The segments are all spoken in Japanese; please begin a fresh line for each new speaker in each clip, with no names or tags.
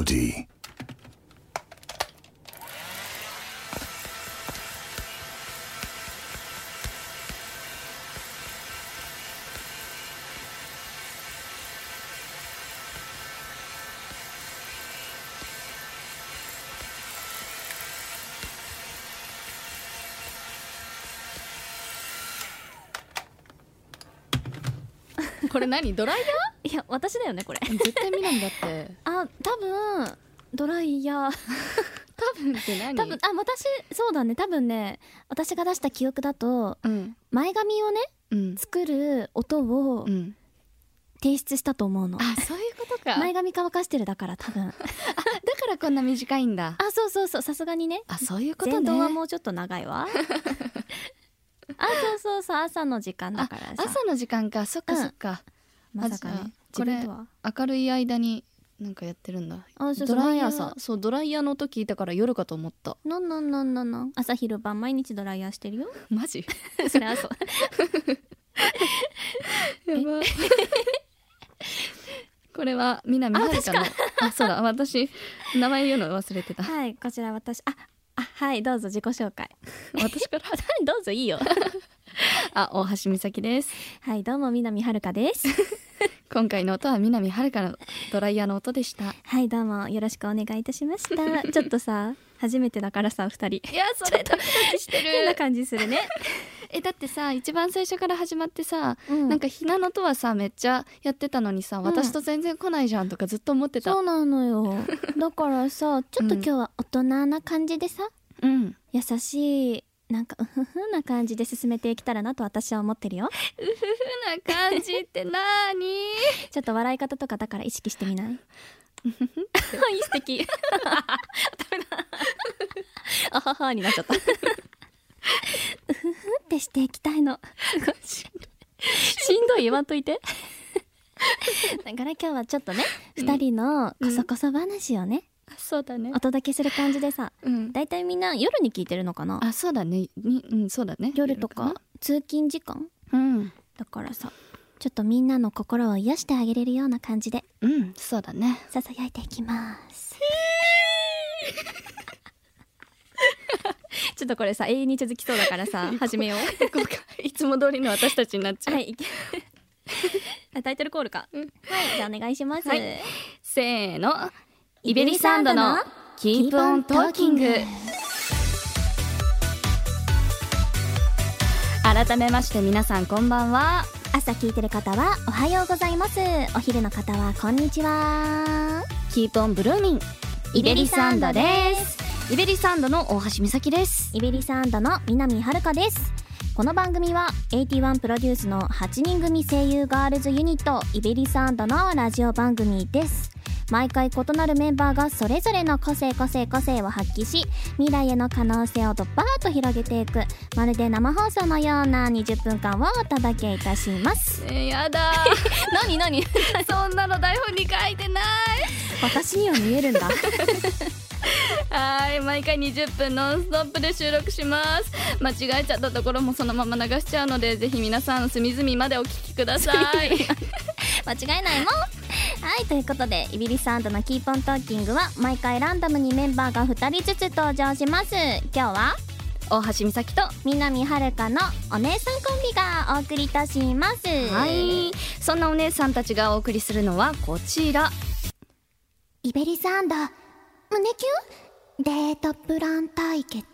オーディ
これ何ドライ
いや私だよねこれ
ヤー絶対ミランだって
あ多分ドライヤー
多分って何
多分あ私そうだね多分ね私が出した記憶だと
うん
前髪をね
うん
作る音を
うん
提出したと思うの、
あそういうことか
前髪乾かしてるだから多 分
だからこんな短いんだ
あそうそうそうさすがにね
あそういうことね
前動はもうちょっと長いわ あそうそうそう朝の時間だからさ
朝の時間かそっか
うん
そっか、
まさか
あ
ね
じゃあこ
自
れ
分とは
明るい間になんかやってるんだ
あそうそう
ドライヤー
毎朝
そうドライヤーの音聞いたから夜かと思った
のんのんのんのんのん朝昼晩毎日ドライヤーしてる よ
マジ
それはそう
やば これは南はるかのあそうだ私名前言うの忘れて た
はいこちら私ああはいどうぞ自己紹介
私から
どうぞいいよ
あ大橋美咲です
はいどうも南はるかです
今回の音は南はるかのドライヤーの音でした
はいどうもよろしくお願いいたしました ちょっとさ初めてだからさ 二人
いやそれドキドキして
変な感じする ね、
えだってさ一番最初から始まってさ、
うん
なんかひなのとはさめっちゃやってたのにさ、
ん
私と全然来ないじゃんとかずっと思ってた
そうなのよだからさちょっと今日は大人な感じでさ、
うん
優しいなんかうふふな感じで進めていけたらなと私は思ってるよ
な感じって なーに
ちょっと笑い方とかだから意識してみない
い 素敵
あははになっちゃったうふふってしていきたいのすごいしんどいしんどい言わんといてだから今日はちょっとね二人のこそこそ話をね、
そうだね
お届けする感じでさ
うん
だいたいみんな夜に聞いてるのかな
あそうだねにうんそうだね
夜とか通勤時間
なうん
だからさちょっとみんなの心を癒してあげれるような感じで
うんそうだ ね
ささやいていきます。 ちょっとこれさ永遠に続きそうだから さ始めよう。
行こうか いつも通りの私たちになっちゃう、
はい。 あタイトルコールか。はいじゃあお願いします。
はいせーのイベリサンドのキープオントーキング改めまして皆さんこんばんは
朝聞いてる方はおはようございます。お昼の方はこんにちは。
キープオンブルーミンイベリサンドですイベリサンドの大橋美咲です
イベリサンドの南遥香ですこの番組は81プロデュースの8人組声優ガールズユニットイベリサンドのラジオ番組です毎回異なるメンバーがそれぞれの個性個性個性を発揮し未来への可能性をドバーッと広げていくまるで生放送のような20分間をお届けいたします
えー、やだ
何何
そんなの台本に書いてない
私には見えるんだ
はい毎回20分ノンストップで収録します間違えちゃったところもそのまま流しちゃうのでぜひ皆さん隅々までお聞きください
間違いないもんはいということでイビリサンドのキーポントーキングは毎回ランダムにメンバーが2人ずつ登場します今日は
大橋美咲と
南はるかのお姉さんコンビがお送りいたします
はいそんなお姉さんたちがお送りするのはこちら
イベリサンド胸キュンデートプラン対決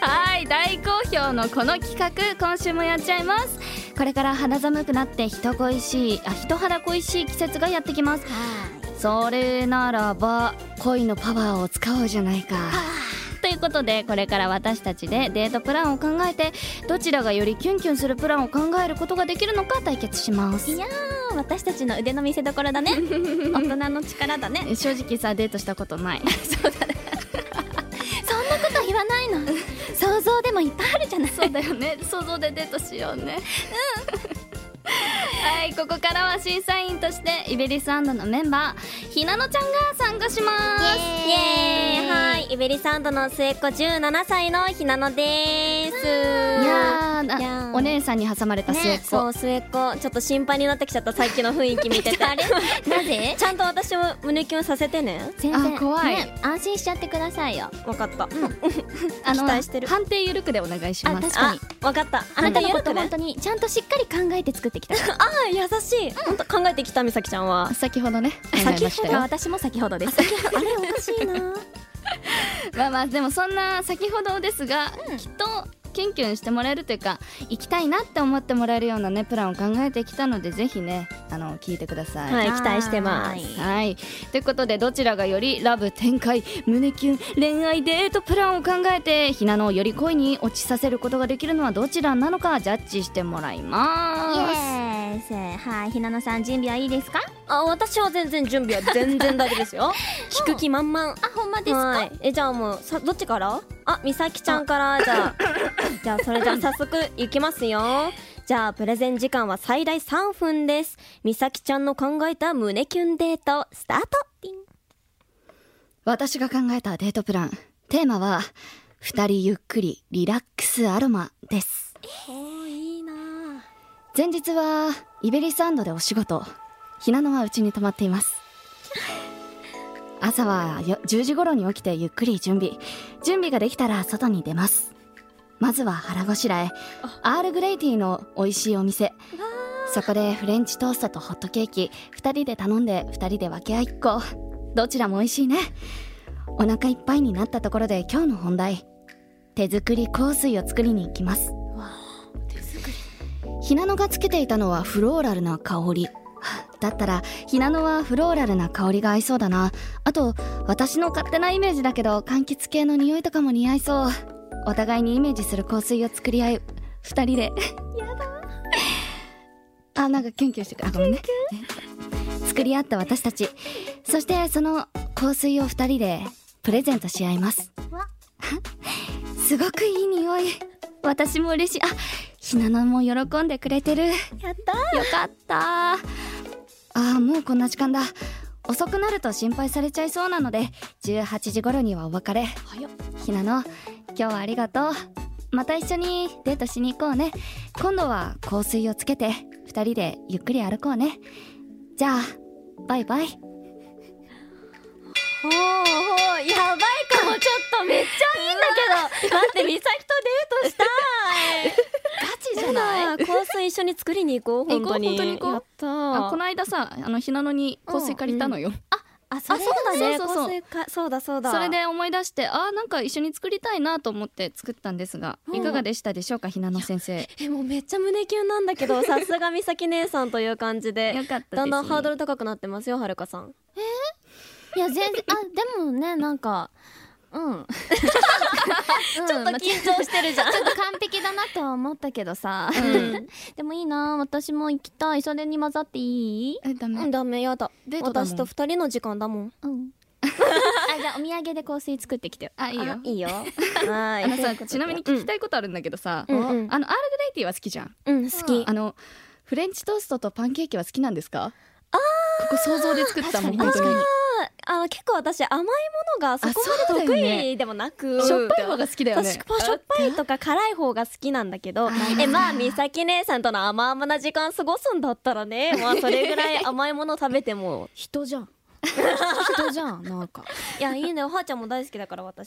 はい大好評のこの企画今週もやっちゃいますこれから肌寒くなって人恋しいあ人肌恋しい季節がやってきます
はい
それならば恋のパワーを使おうじゃないかということでこれから私たちでデートプランを考えてどちらがよりキュンキュンするプランを考えることができるのか対決します
いやー私たちの腕の見せ所 だね大人の力だね
え正直さデートしたことない
そんなこと言わ ないの想像でもいっぱいあるじゃない
そうだよね想像でデートしようねはいここからは審査員としてイベリスアンドのメンバーひなのちゃんが参加します
イエーイはいイベリサンドの末っ子17歳のひなので
い
す
やーない
やー
お姉さんに挟まれた末っ
ね
子、
そう末っ子ちょっと心配になってきちゃったさっきの雰囲気見 ててあれ
なぜ
ちゃんと私も胸キュンさせてね
全然
あ怖い
ね、安心しちゃってくださいよ
わかった
あの
期待してる
判定ゆるくでお願いします
あ確かに
あわかった
あなたのこと
ね
本当にちゃんとしっかり考えて作ってきたから
あー優しい本当考えてきた美咲ちゃんは
先ほどね考えましたよ
私も先ほどです
あれおかしいな
まあまあでもそんな先ほどですが、
うん
きっとキュンキュンしてもらえるというか行きたいなって思ってもらえるようなねプランを考えてきたのでぜひねあの聞いてください。
はいい期待してます
はい
はい、ということでどちらがよりラブ展開胸キュン恋愛デートプランを考えてひなのをより恋に落ちさせることができるのはどちらなのかジャッジしてもらい
イ
ま
エーイはいひなのさん準備はいいですか
あ私は全然準備は全然大丈夫で すよ聞く気満々
あほんまです
は
か
いえじゃあもうさどっちからあ美咲ちゃんからじゃあじゃあそれじゃあ早速いきますよじゃあプレゼン時間は最大3分です美咲ちゃんの考えた胸キュンデートスタートピン
す私が考えたデートプランテーマは二人ゆっくりリラックスアロマです
おーいいな
前日はイベリサンドでお仕事ひなのはうちに泊まっています朝はよ10時頃に起きてゆっくり準備準備ができたら外に出ますまずは腹ごしらえアールグレイティーの美味しいお店そこでフレンチトーストとホットケーキ2人で頼んで2人で分け合いっこどちらも美味しいねお腹いっぱいになったところで今日の本題手作り香水を作りに行きますひなのがつけていたのはフローラルな香り。だったら、ひなのはフローラルな香りが合いそうだな。あと、私の勝手なイメージだけど、柑橘系の匂いとかも似合いそう。お互いにイメージする香水を作り合い、二人で。やだ。あ、なんかキュンキュンしてくる。あ、ごめんね。作り合った私たち。そして、その香水を二人でプレゼントし合います。
わ
すごくいい匂い。私も嬉しい。あ、ひなのも喜んでくれてる。
やった
よかったあーもうこんな時間だ遅くなると心配されちゃいそうなので18時頃にはお別れ
早っ
ひなの今日はありがとうまた一緒にデートしに行こうね今度は香水をつけて2人でゆっくり歩こうねじゃあバイバイ
ほうほうやばいかもちょっとめっちゃいいんだけど待って美咲とデートしたい
ガチ
やだ香水一緒に作りに行こう
行こう
本当に
本当に行こう
やったー
の間さあのひなのに
香水
借りたの
よ、
あそ
あ
れ
そうだね
そうそうそう
香水かそうだそうだ
思い出してあなんか一緒に作りたいなと思って作ったんですが
いかが
でしたでしょうかひなの先生
えもうめっちゃ胸キュンなんだけどさすが美咲姉さんという感じで
よかったです
だんだんハードル高くなってますよはるかさん
いや全然あでもねなんか うんうんちょっと
緊張してるじゃん
ちょっと完璧だなとは思ったけどさ、
ん
でもいいな私も行きたいそれに混ざっていい
えダメ、
うんダメやだ
デートだもん
私と二人の時間だもん
うん あじゃあお土産で香水作ってきてよ
あいいよ
あいいよはーい
あのさ
ということで
ちなみに聞きたいことあるんだけどさ、
うんうんうん
あのアールグレイティーは好きじゃん
うんうん好き
あのフレンチトーストとパンケーキは好きなんですかここ想像で作ったもん
確かに
本当に
あの結構私甘いものがそ
あ
こ
そうだ
まで
よ
得
ね
意でもなく
しょっぱい方が好きだよね
確かしょっぱいとか辛い方が好きなんだけどえまあ美咲姉さんとの甘々な時間過ごすんだったら ねまあそれぐらい甘いもの食べても
人じゃん 人じゃんなんか
いやいいねおはーちゃんも大好きだから私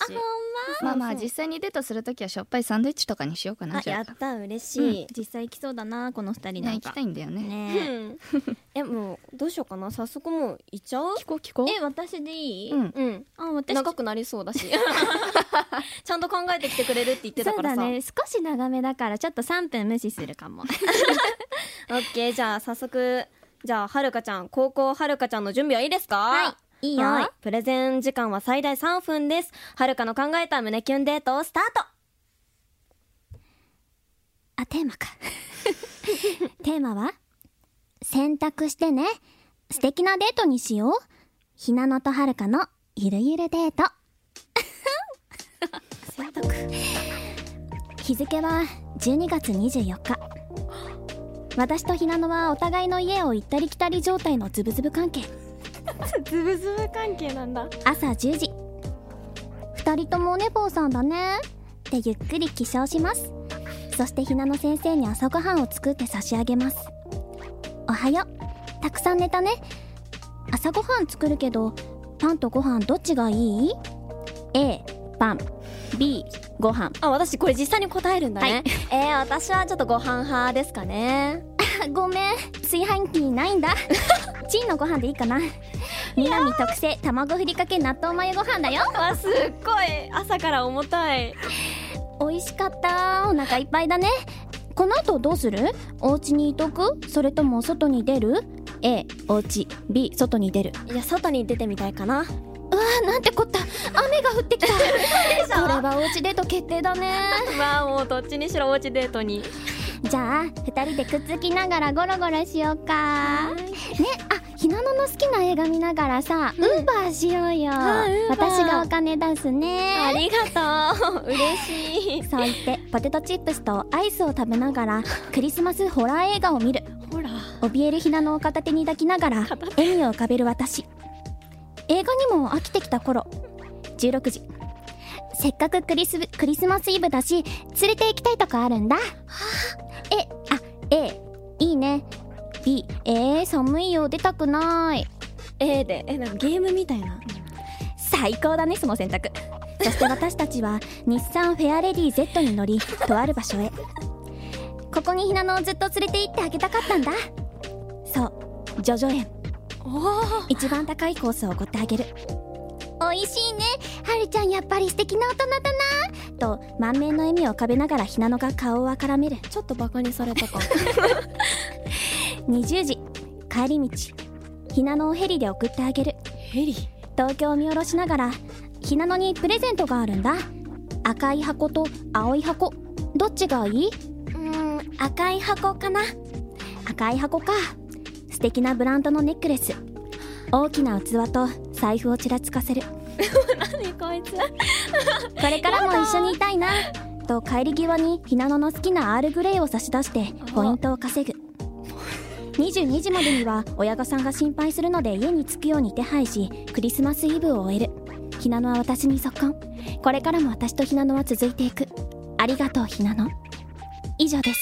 まあまあ実際にデートするときはしょっぱいサンドイッチとかにしようかな
あ
じ
や
ゃ
っ
あ
た嬉しい、
実際行きそうだなこの二人な
ね
ん
行
か
きたいんだよね
ね
うん えもうどうしようかな早速もう行っちゃう
聞こう聞こ
え私でいい、
うん
うん
あ私
長くなりそうだし ちゃんと考えてきてくれるって言ってた
そ
か
う
ら
だ
さ、
ね少し長めだからちょっと3分無視するかも
オッケーじゃあ早速じゃあはるかちゃん高校はるかちゃんの準備はいいですか
はいいいよ
はいプレゼン時間は最大3分ですはるかの考えた胸キュンデートをスタート
あテーマか テーマは選択してね素敵なデートにしようひなのとはるかのゆるゆるデート 選択日付は12月24日私とひなのはお互いの家を行ったり来たり状態のズブズブ関係
ズブズブ関係なんだ
朝10時2人ともお寝坊さんだねってゆっくり起床しますそしてひなの先生に朝ごはんを作って差し上げますおはようたくさん寝たね朝ごはん作るけどパンとご飯どっちがいい ?A パン B ご飯
あ私これ実際に答えるんだね、えー、私はちょっとご飯派ですかね
ごめん炊飯器ない んだチンのご飯でいいかな南特製卵ふりかけ納豆マヨご飯だよ
わすっごい朝から重たい
美味しかったお腹いっぱいだねこの後どうするお家にいとくそれとも外に出る A お家 B 外に出る
いや外に出てみたいかなこ
うわーなんてこった雨が降ってきた こ
れ
れはお家デート決定だね
まあもうどっちにしろおうちデートに
じゃあ二人でくっつきながらゴロゴロしようかねあひなのの好きな映画見ながらさ、ウーバーしようよ
あ Uber
私がお金出す
あ
ね
りがとう嬉しい
そう言ってポテトチップスとアイスを食べながらクリスマスホラー映画を見る
ほら
怯えるひなのを片手に抱きながら
片手
笑みを浮かべる私映画にも飽きてきた頃16時せっかくクリスクリスマスイブだし連れて行きたいとこあるんだえあ A いいね B えー、寒いよ出たくない
A でえなんかゲームみたいな
最高だねその選択そして私たちは日産フェアレディ Z に乗りとある場所へここにひなのをずっと連れて行ってあげたかったんだそうジョジョ園
おお
一番高いコースをおごってあげる美味しいねはるちゃんやっぱり素敵な大人だなと満面の笑みを浮かべながらひなのが顔をあからめる
ちょっとバカにされたかも
20時帰り道ひなのをヘリで送ってあげる
ヘリ
東京を見下ろしながらひなのにプレゼントがあるんだ赤い箱と青い箱どっちがいいうーん赤い箱かな赤い箱か素敵なブランドのネックレス大きな器と財布をちらつかせ る
何こいつ
これからも一緒にいたいなと帰り際にひなのの好きなアールグレイを差し出してポイントを稼ぐ22時までには親御さんが心配するので家に着くように手配しクリスマスイブを終えるひなのは私に即婚これからも私とひなのは続いていくありがとうひなの以上です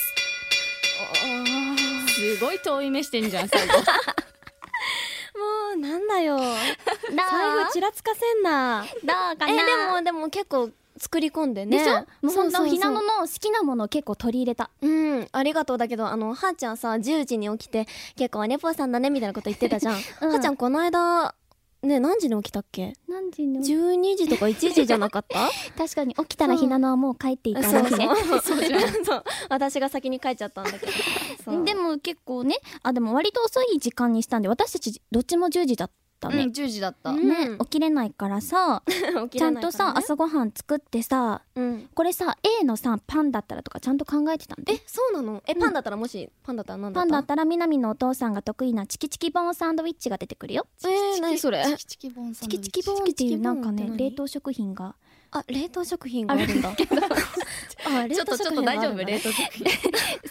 すごい遠い目してんじゃん最後
もうなんだよ
どう
財布ちらつかせんな
どうか
えでもでも結構作り込んでね
でしょもうほん
そうそう
と
そう
ひなのの好きなものを結構取り入れた
うんありがとうだけどあのはーちゃんさ10時に起きて結構ネポさんだねみたいなこと言って たじゃん、
うん
はーちゃんこの間ね何時に起きたっけ
何時に
12時とか1時じゃなかった
確かに起きたらひなのはもう帰っていた
そ
ら
う
しいね
そうそう私が先に帰っちゃったんだけどそう
でも結構ねあでも割と遅い時間にしたんで私たちどっちも10時だった
うん
ね、
10時だった
うん
ね起きれないからさ
起き
ちゃ
れ
ん
ないからね
とさ、朝ごはん作ってさ
うん、
これさ A のさパンだったらとかちゃんと考えてたんで
えそうなのえパンだったらもし、パンだったら何だ
パ
っ
ン
た
だったら南のお父さんが得意なチキチキボーンサンドイッチが出てくるよ
えー、何それ
チキチキボンさ
チ
ん
キチキボーン
チ
っ
キチ
て
キ
い
ボーン
うなんか
って
ね
何
冷凍食品が
あ冷凍食品があるんだあ冷
ちょっとちょっと大丈夫冷
ね
凍食品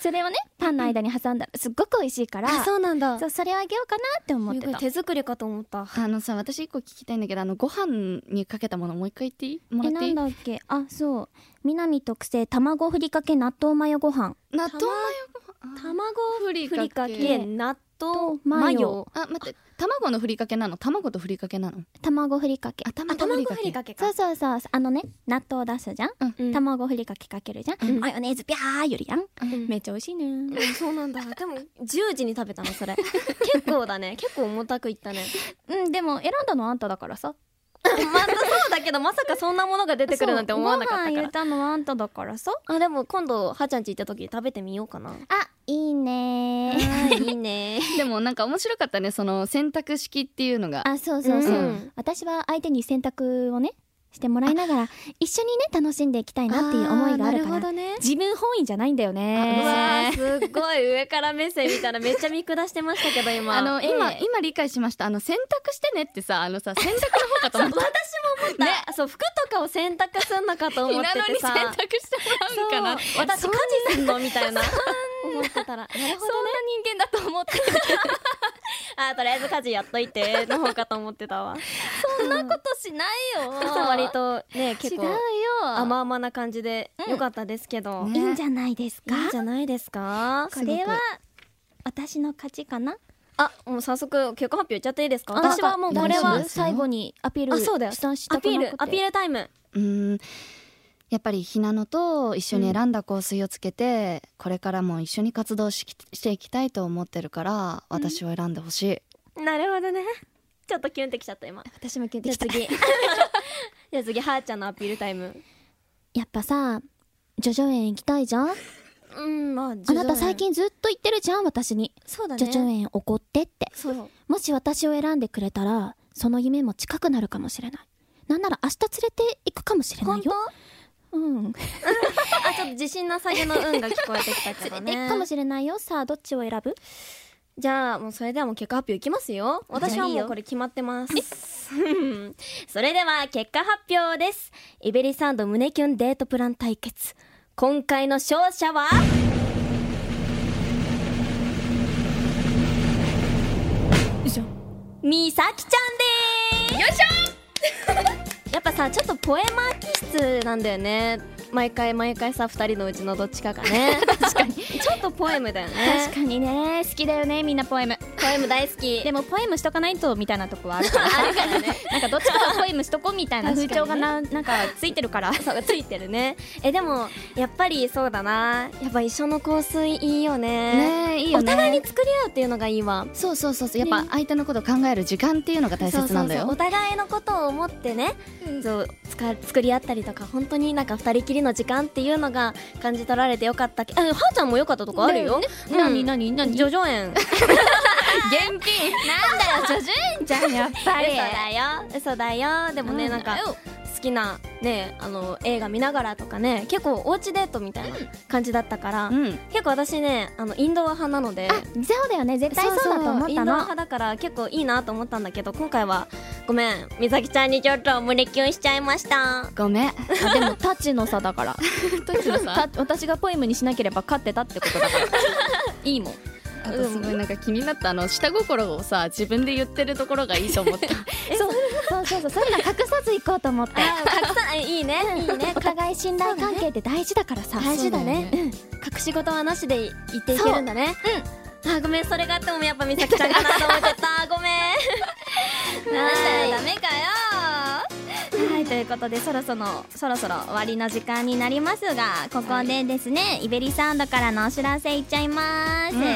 それをねパンの間に挟んだらすっごく美味しいから
あそうなんだ
そうそれをあげようかなって思ってた
手作りかと思った
あのさ私一個聞きたいんだけどあのご飯にかけたものもう一回言っていいもら
え
っ
な
ていい
んだっけあそう南特製卵ふりかけ納豆マヨご飯
納豆マヨご飯
卵
ふり
ふりかけ納豆
とマヨ
マヨ
あ待って卵のふりかけなの卵とふりかけなの
卵ふりかけ
あ
あ
卵
卵
ふ
ふ
り
り
かけ
かけ
そ
か
うそうそうあのね納豆出すじゃん、
うん
卵ふりかけかけるじゃん、
うん
マヨネーズビャーよりやん、
うん
めっちゃ美味しいね、
うんそうなんだでも10時に食べたのそれ結構だね結構重たくいったね
うんでも選んだのあんただからさ
まあそうだけどまさかそんなものが出てくるなんて思わなかっ
そうご飯
たか
言
ら
ったのはあんただからさ
あでも今度はーちゃんち行った時食べてみようかな
あいい ね
いいね
でもなんか面白かったねその選択式っていうのが
あそうそうそう、
うん
私は相手に選択をねしてもらいながら一緒にね楽しんでいきたいなっていう思いがあるから
なるほどね
自分本位じゃないんだよ
うわ
ね
ーすっごい上から目線みたいなめっちゃ見下してましたけど今
あの今、
ええ
今理解しましたあの選択してねってさあのさ選択の方かと
そう
思っ
私
た
も思った、そう服とかを洗濯すんのかと
ひ
思っ
なの
て
に
て
選
さ
択してもらうんかな
そう私家事すんのみたいな思ってたらなるほど ね
人間だと思って
あーとりあえず家事やっといての方かと思ってたわ
んなことしないよ
割とね
違
結
う
構
よ
甘々な感じで
うん
良かったですけど、
ね
いいんじゃないです
い
か
いんじゃないですか
これは私の勝ちかな
あもう早速結果発表いっちゃっていいですか私はもうこれ
大丈夫
は
ですよ
最後にアピール
あそうだよ
したした
ア
く
ピー
なく
ル
て
アピールタイム
うーんやっぱりひなのと一緒に選んだ香水をつけて、これからも一緒に活動ししていきたいと思ってるから私を選んでほしい、
なるほどねちょっとキュンってきちゃった今
私も聞い
じ
て
ゃ
き
あ
た
次じゃあ次はーちゃんのアピールタイム
やっぱさ叙々苑行きたいじゃん
うんまあ
あなた最近ずっと言ってるじゃん私に
そうだね
叙々苑怒ってって
そう
もし私を選んでくれたらその夢も近くなるかもしれないなんなら明日連れて行くかもしれないようん
あちょっと自信なさげの運が聞こえてきたけど
で
ね
かもしれないよさあどっちを選ぶ
じゃあもうそれではもう結果発表いきますよ私はもうこれ決まってます それでは結果発表ですイベリサンド胸キュンデートプラン対決今回の勝者はみさきちゃんですよいしょ やっぱさちょっとポエマー気質なんだよね毎回毎回さ2人のうちのどっちかがね 確かにちょっとポエムだよね
確かにね好きだよねみんなポエム
ポエム大好き
でもポエムしとかないとみたいなとこはあるからなんかどっちかがポエムしとこうみたいな風潮がな,、なんかついてるから
そうついてるねえでもやっぱりそうだなやっぱ一緒の香水いいよね
ねえいいよ
お
ね
互いに作り合うっていうのがいいわ
そうそうそうそうやっぱ相手のことを考える時間っていうのが大切なんだよ
そうそうそうお互いのことを思ってね、そうつか作り合ったりとか本当になんか二人きりの時間っていうのが感じ取られてよかったけえはーちゃんもよかったとこあるよ、うん、
何何何
叙々苑
元気
なんだよジョジュエンちゃんやっぱり
嘘だよ嘘だよでもねなんか
よ
好きなねあの映画見ながらとかね結構おうちデートみたいな感じだったから、
うん
結構私ねあのインドア派なので
そうだよね絶対そうだと思っ
インド
た
ア
の
派だから結構いいなと思ったんだけど今回はごめんみさきちゃんにちょっと胸キュンしちゃいました
ごめん
あでもタッチの差だから
どっちの
た私がポエムにしなければ勝ってたってことだからいいもん
あとすごいなんか気になったあの下心をさ自分で言ってるところがいいと思った
そうそうそうそうそういうのは隠さず行こうと思って
あたくさんいい ねいいね
お互い信頼関係って大事だからさ
大事だね
そうだ
うん隠し事はなしで言っていけるんだねうんあごめんそれがあってもやっぱみさきちゃんかなと思って たごめんなんだよダメかよ
はいということでそろそろそろそろ終わりの時間になりますがここでですね、イベリサウンドからのお知らせいっちゃいます、
うん
は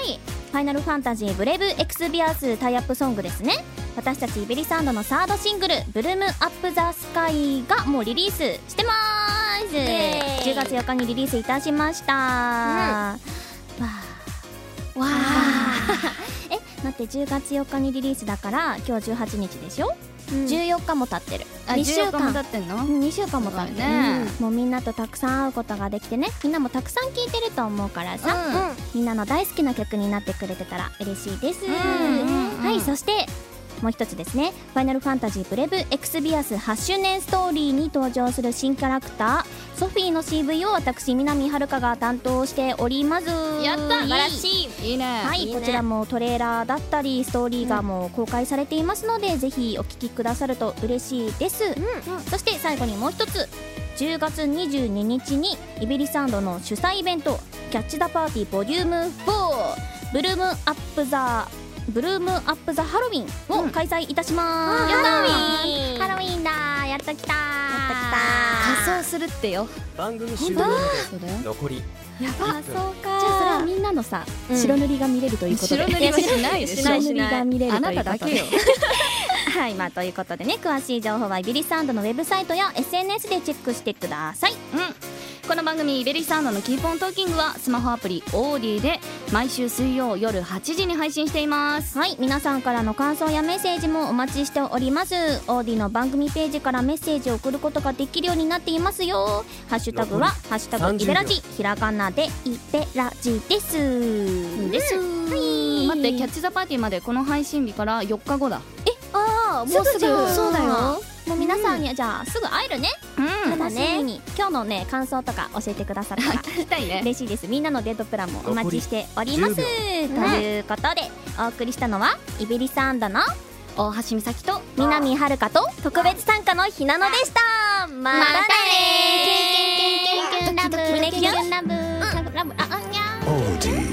い「ファイナルファンタジーブレイブエクスビアス」タイアップソングですね私たちイベリサウンドのサードシングル「ブルームアップザスカイがもうリリースしてます
エーイ
10月4日にリリースいたしました、わあわあ え待って10月4日にリリースだから今日18日でしょ、14日も経ってる
あ
2週
14日も
間
経ってんの
2週間も経っ
す
て
ごいね
うんもうみんなとたくさん会うことができてねみんなもたくさん聴いてると思うからさ、
うん
みんなの大好きな曲になってくれてたら嬉しいです、
んうん
はいそしてもう一つですね「ファイナルファンタジーブレブエクスビアス8周年ストーリー」に登場する新キャラクターソフィーの CV を私南遥が担当しております
やった
素晴らしい
いいね
はい
いいね
こちらもトレーラーだったりストーリーがもう公開されていますので、ぜひお聞きくださると嬉しいです、そして最後にもう一つ10月22日にイベリサンドの主催イベント「キャッチ・ザ・パーティーボリューム4ブルームアップ・ザ・ブルームアップ・ザ・ハロウィン」を開催いたします、
う
ハ
んハ
ロウ
ロウ
ィ
ィ
ン
ン
ハロウィンだやっときた
仮装するってよ
番組終了
そうだよ
残り
やば
仮装
か
じゃあそれはみんなのさ、
うん
白塗りが見れるということで
白塗りはしないでし
いやしな
ょ
い
白塗りが見れるということで
あなただけよ
はい、まあ、ということでね詳しい情報はイビリサウンドのウェブサイトや SNS でチェックしてください
うん、この番組「イベリサウンドのキーポントーキング」はスマホアプリオーディで毎週水曜夜8時に配信しています
はい皆さんからの感想やメッセージもお待ちしておりますオーディの番組ページからメッセージを送ることができるようになっていますよハッシュタグは「ハッシュタグイベラジ」ひらがなで「イベラジ」です
です、
はい
待ってキャッチ・ザ・パーティーまでこの配信日から4日後だ
ああもうすぐ
すぐじゃんそうだよ
もう皆さんにはじゃあすぐ会えるね、
うん
楽しみに今日のね感想とか教えてくださったら
聞きたいね
嬉しいですみんなのデートプランもお待ちしておりますと
残
いうことでお送りしたのはイベリサンドの
大橋美咲と
南はるかと特別参加のひなのでしたまたね
キュンキュンキュンキュンキュンラブ
胸キュン
ラブラブラブああにゃー
Oh dear.